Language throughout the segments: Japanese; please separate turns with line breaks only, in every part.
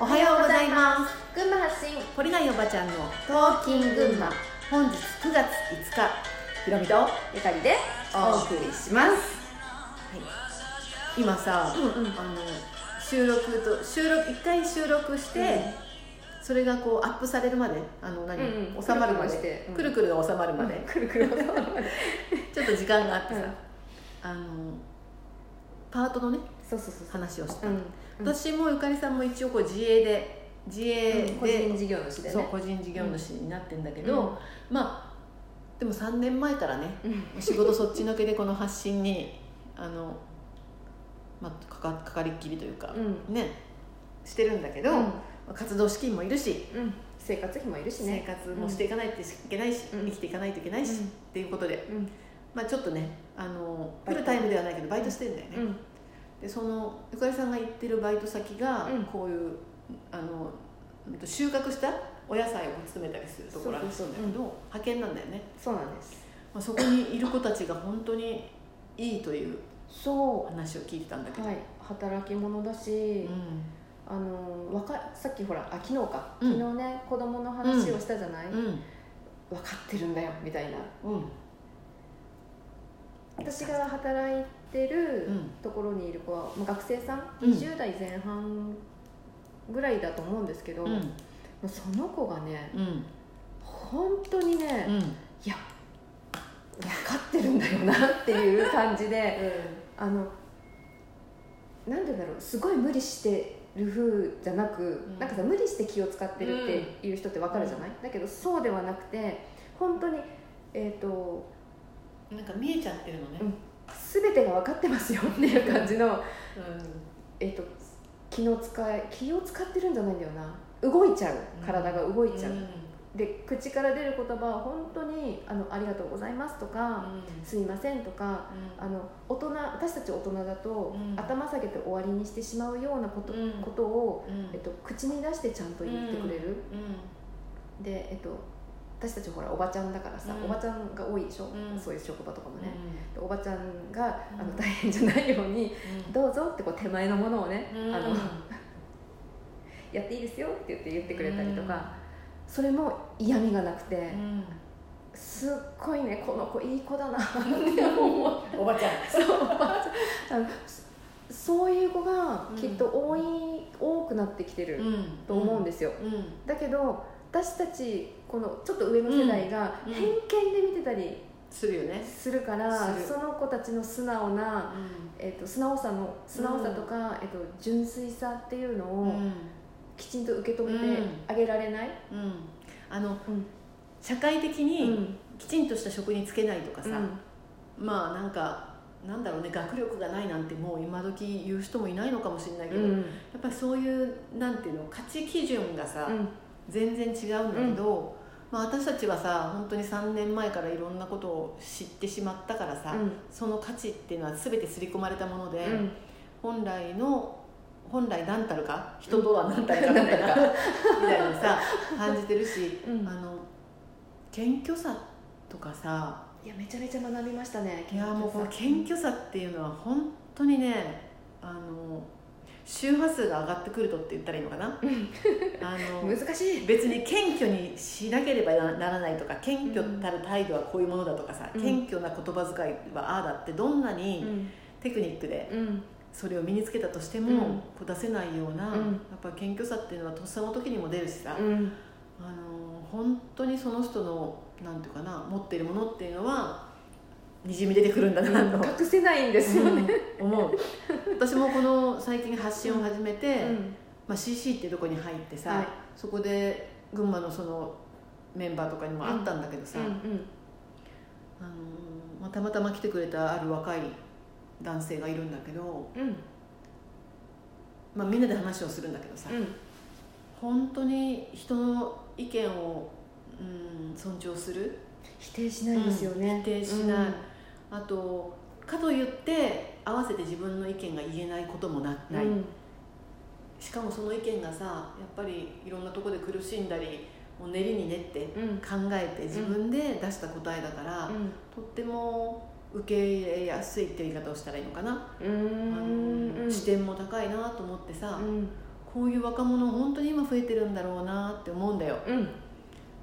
おはようございます
群馬発信
堀内おばちゃんの
トーキン群馬
本日9月5日ひろみと
ゆかりで
お送りします、はい、今さ、
うんうん
あの収録と収録1回収録して、それがこうアップされるまであの何、
うんうん
収まるま
くるくるし
で
てうん
くるくるが収まるまで、
くるくる
ちょっと時間があってさ、
うん
あのパートのね
そうそうそうそ
話をした、
う、うん、
私もゆかりさんも一応こう自営で自営
うん個
で、
人事業主でね
そう個人事業主になってんだけど、まあでも3年前からね
うん
仕事そっちのけでこの発信にあの、まあ、かかかかりっきりというか、
う
ねしてるんだけど、
うん
まあ活動資金もいるし
うん、生活費もいるし
生
ね
活もしていかないといけないし、
うん
生きていかないといけないし、
うん
っていうことで、
うん
まあ、ちょっとねあのフ
バイト
ルタイムではないけどバイトしてんだよね、
うん
でそのゆかりさんが行ってるバイト先が
うん
こういう、あのうんと収穫したお野菜を詰めたりするところあるんだけ
そ
ど
うそうそう
派遣なんだよね、
そうなんです
まあ、そこにいる子たちが本当にいいという
そ
話を聞いてたんだけ
う
ど、
はい働き者だ
う
し、
ん
あの若いさっきほらあ昨日か、
うん
昨日ね子供の話をしたじゃない、
うん
分かってるんだよみたいな
うん
私が働いてる、
うん
ところにいる子は、まあ、学生さん
うん
20代前半ぐらいだと思うんですけど、
う
も
ん
うその子がね
うん
本当にね、
う
い
ん
や分かってるんだよなっていう感じで あのなんでだろうすごい無理してる風じゃなく、
ん
なんかさ無理して気を使ってるっていう人って分かるじゃない、だけどそうではなくて本当にえっ、と
なんか見えちゃってるのね、
うん全てが分かってますよっていう感じの。えっと気の使い気を使ってるんじゃないんだよな動いちゃう
うん
体が動い
うん
ちゃう、で口から出る言葉は本当にあの「ありがとうございます」とか「すいません」とかあの大人私たち大人だと、
うん
頭下げて終わりにしてしまうようなこと,、
うん
ことを、
うんうん
えっと、口に出してちゃんと言ってくれる、で、えっと、私たちほらおばちゃんだからさ、
うん
おばちゃんが多いでしょ、
うん
そういう職場とかも
うん
ね、でおばちゃんがあ
うん
の大変じゃないように、
うん
どうぞってこう手前のものをね、
うん
あのやっていいですよって言って言ってくれたりとか、それも嫌味がなくて、
うん
すっごいねこの子いい子だなって思う
おばちゃん
あのそそういう子が
うん
きっと多い、多くなってきてる
うん
と思うんですよ、
うん
だけど私たちこのちょっと上の世代が
うん
偏見で見てたり
するよね
するから、
する
その子たちの素直な、えっと素直さの素直さとか、えっと純粋さっていうのを、
うん
きちんと受け止めてあげられない、
うんあの
うん
社会的
う
に
ん
きちんとした職に就けないとかさ
うん
まあなんかなんだろうね学力がないなんてもう今時言う人もいないのかもしれないけ
う
ど
ん
やっぱりそういうなんていうの価値基準がさ、全然違うんだけど、まあ、私たちはさ本当に3年前からいろんなことを知ってしまったからさ、その価値っていうのは全て刷り込まれたもので、本来の本来何たるか人とは何たるかみたいな みたいなさ感じてるし、
うん
あの謙虚さとかさ
いやめちゃめちゃ学びましたね
いやもうこの謙虚さっていうのは本当にねあの周波数が上がってくるとって言ったらいいのかな。あの
難しい
別に謙虚にしなければならないとか謙虚たる態度はこういうものだとかさ、
うん
謙虚な言葉遣いはああだってどんな
う
に
ん
テクニックで
うん
それを身につけたとしても、
うん
こう出せないような、
うん
やっぱ謙虚さっていうのはとっさの時にも出るしさ、
うん
あのー本当にその人のなんていうかな持っているものっていうのはにじみ出てくるんだなと、
隠せないんですよね
うん思う私もこの最近発信を始めて、
うん
まあ、CC っていうとこに入ってさ、
はい
そこで群馬のそのメンバーとかにもあったんだけどさ、
うん
あのーまあたまたま来てくれたある若い男性がいるんだけど、
うん
まあ、みんなで話をするんだけどさ、
うん
本当に人の意見を、うん、尊重する
否定しないですよね
否定しないあとかといって合わせて自分の意見が言えないこともな
うん
ない、
うん
しかもその意見がさやっぱりいろんなとこで苦しんだりもう練りに練って
うん
考えて自分で出した答えだから、とっても受け入れやすいっていう言い方をしたらいいのかな、
うん
あの
うん
視点も高いなと思ってさ、
うん
こういう若者本当に今増えてるんだろうなって思うんだよ
う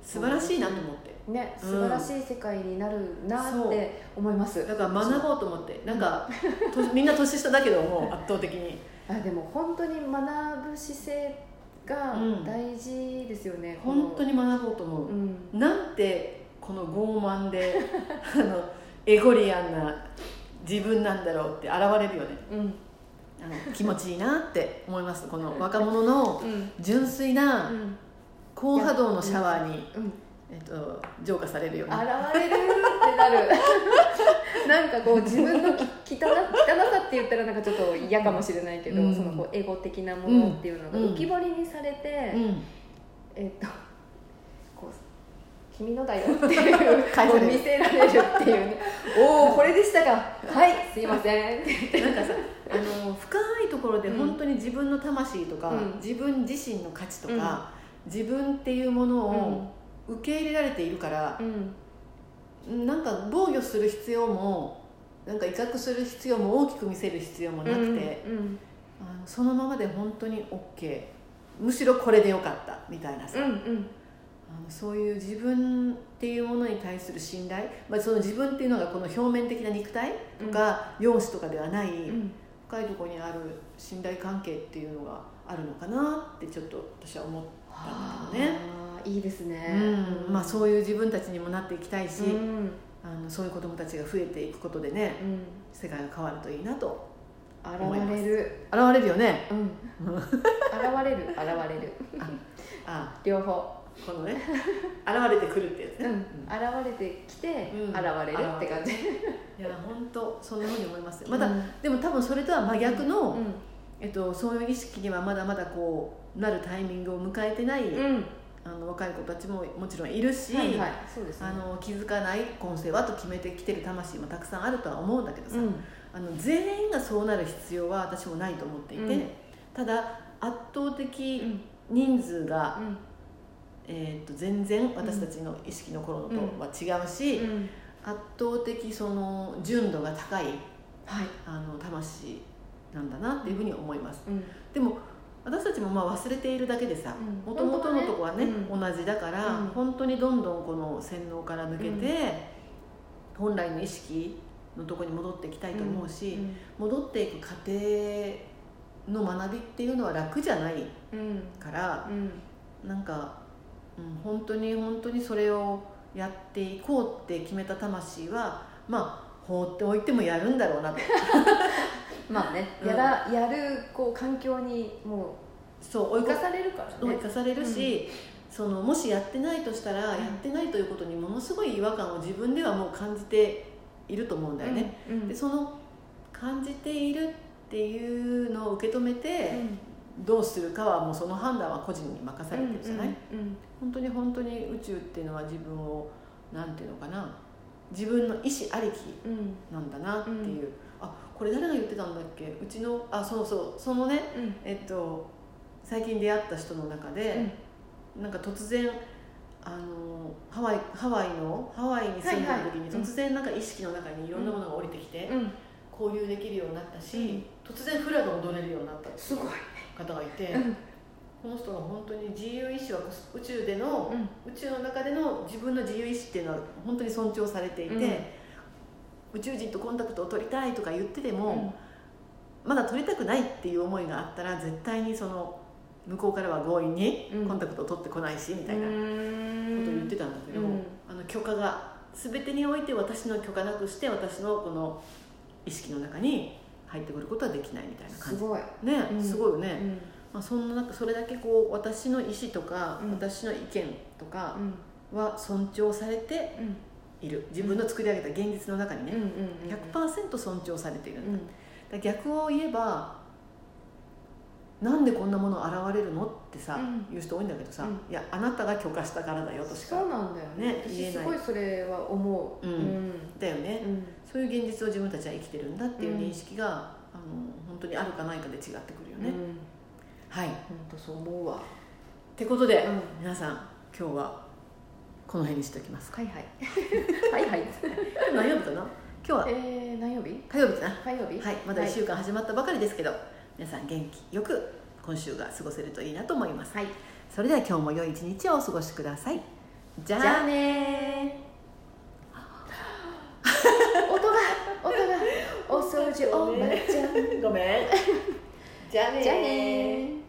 素晴らしいなと思って
んね素晴らしい世界になるなって思います、
だから学ぼうと思ってなんかとみんな年下だけどもう圧倒的 に
あでも本当に学ぶ姿勢が
うん
大事ですよね、
本当
に
に学ぼうと思う
うん
なんてこの傲慢で あのエゴリアンな自分なんだろうって現れるよね
うん
あの気持ちいいなって思いますこの若者の
うん
純粋
う
なん高波動のシャワーに、
うん
えっと、浄化されるよね
現れるってなるなんかこう自分のき汚汚さって言ったらなんかちょっと嫌かもしれないけど、
うん
そのこうエゴ的なものっていうのが
うん
浮き彫りにされて、
うん
えっとこう「君のだよ」っていう
返される
こう見せられるっていうね「おおこれでしたかはいすいません」って
なんかさあの深いところで
うん
本当に自分の魂とか、
うん
自分自身の価値とか、自分っていうものを受け入れられているから
う、ん
なんか防御する必要もなんか威嚇する必要も大きく見せる必要もなくて、
うん
あのそのままで本当に OK むしろこれでよかったみたいなさ、
うんう
あ
ん
のそういう自分っていうものに対する信頼、まあ、その自分っていうのがこの表面的な肉体とか、容姿とかではない、
うん
深いところにある信頼関係っていうのがあるのかなってちょっと私は思っ
あ
だね
ーいいです
て、
ね、
うんまあ、そういう自分たちにもなっていきたいし、
うん
あのそういう子どもたちが増えていくことでね
うん
世界が変わるといいなと思い
現
ます
れる
現れるよね
うん、現れる現れる
あ
両方、
このね現れてくるってやつ
うん
ね、
現れてきて、
うん
現れるって感じ
いや本当そんなふうに思いますよまだ、
うん
でも多分それとは真逆の、
うん
えっと、そういう意識にはまだまだこうなるタイミングを迎えてない、
うん
あの若い子たちももちろんいるし、
はいはいそうですね
あの気づかない今世はと決めてきてる魂もたくさんあるとは思うんだけどさ、
うん
あの全員がそうなる必要は私もないと思っていて、
うん
ただ圧倒
う
的
ん
人数が、
うん
えー、と全然私たちの意識の頃とは違うし、
うん
圧倒的その純度が高い
はい
あの魂なんだなっていうふうに思います。
うん
でも私たちもまあ忘れているだけでさ
うん
もともとのとこはね
本当
同じだから、
うん
本当にどんどんこの洗脳から抜けて、本来の意識のとこに戻っていきたいと思うし、戻っていく過程の学びっていうのは楽じゃない
うんうん
から
うん
なんか、うん、本当に本当にそれをやっていこうって決めた魂はまあ放っておいてもやるんだろうなと
まあね
うん
やらやるこう環境にも
そう
う
追い
生
か
かされるから
追い
ね
かされるし、そのもしやってないとしたら、
うん
やってないということにものすごい違和感を自分ではもう感じていると思うんだよね、
うんうん
でその感じているっていうのを受け止め
う
て、
ん
どうするかはもうその判断は個人に任されてるじゃない、
うんうん
本当に本当に宇宙っていうのは自分をなんていうのかな自分の意思ありき
うん
なんだなっていう、あこれ誰が言ってたんだっけうちのあそうそうそのね
うん
えっと最近出会った人の中で、なんか突然あのハワイハワイのハワイに住んでる時に、
はいはい
突然なんか意識の中にいろんなものが降りてきて、
うん
交流できるようになったし、
うん
突然フラが踊れるようになった
すごい
方がいて、
うん
この人が本当に自由意志は宇宙での、
うん
宇宙の中での自分の自由意志っていうのは本当に尊重されていて、宇宙人とコンタクトを取りたいとか言ってても。まだ取りたくないっていう思いがあったら絶対にその向こうからは強引に
うん
コンタクトを取ってこないしみ
み
たいなこと
と
を言って
た
たんだけど、
うん
あの許可が全てにおいて私の許可なくして私のこの意識の中に入ってくることはできないみたいな
す
感じ
ごい
ね、
うん
すごいよ
う
ね、
ん
まあ、そんな中それだけこう私の意思とか、
うん
私の意見とか
うん
は尊重されて
うん
いる自分の作り上げた現実の中に
うん
ね、
うん
100%尊重されているんだ
うん
だから逆を言えばなんでこんなもの現れるのってさ、
うん
言う人多いんだけどさ、
うん
いやあなたが許可したからだよとし
そ
か
うなんだよ
ね
ね
言え
私
ない
すごいそれは思う
う
うんん
だよね、
うん
そういう現実を自分たちは生きてるんだっていう
うん
認識が、あの本当にあるかないかで違ってくるよね、
うん
はいっ
本当そう思うわ
てことで、
うん
皆さん今日はこの辺にしておきます
はいはいはいはい
今日何曜日かな今日は
えー何曜日
火曜日かな
火曜日
はいまだ1週間始まったばかりですけど、皆さん元気よく今週が過ごせるといいなと思います、
はい
それでは今日も良い一日をお過ごしくださいじゃあ
じゃあねー音が音がお掃除おばちゃん
ごめんじゃあね
じゃあねー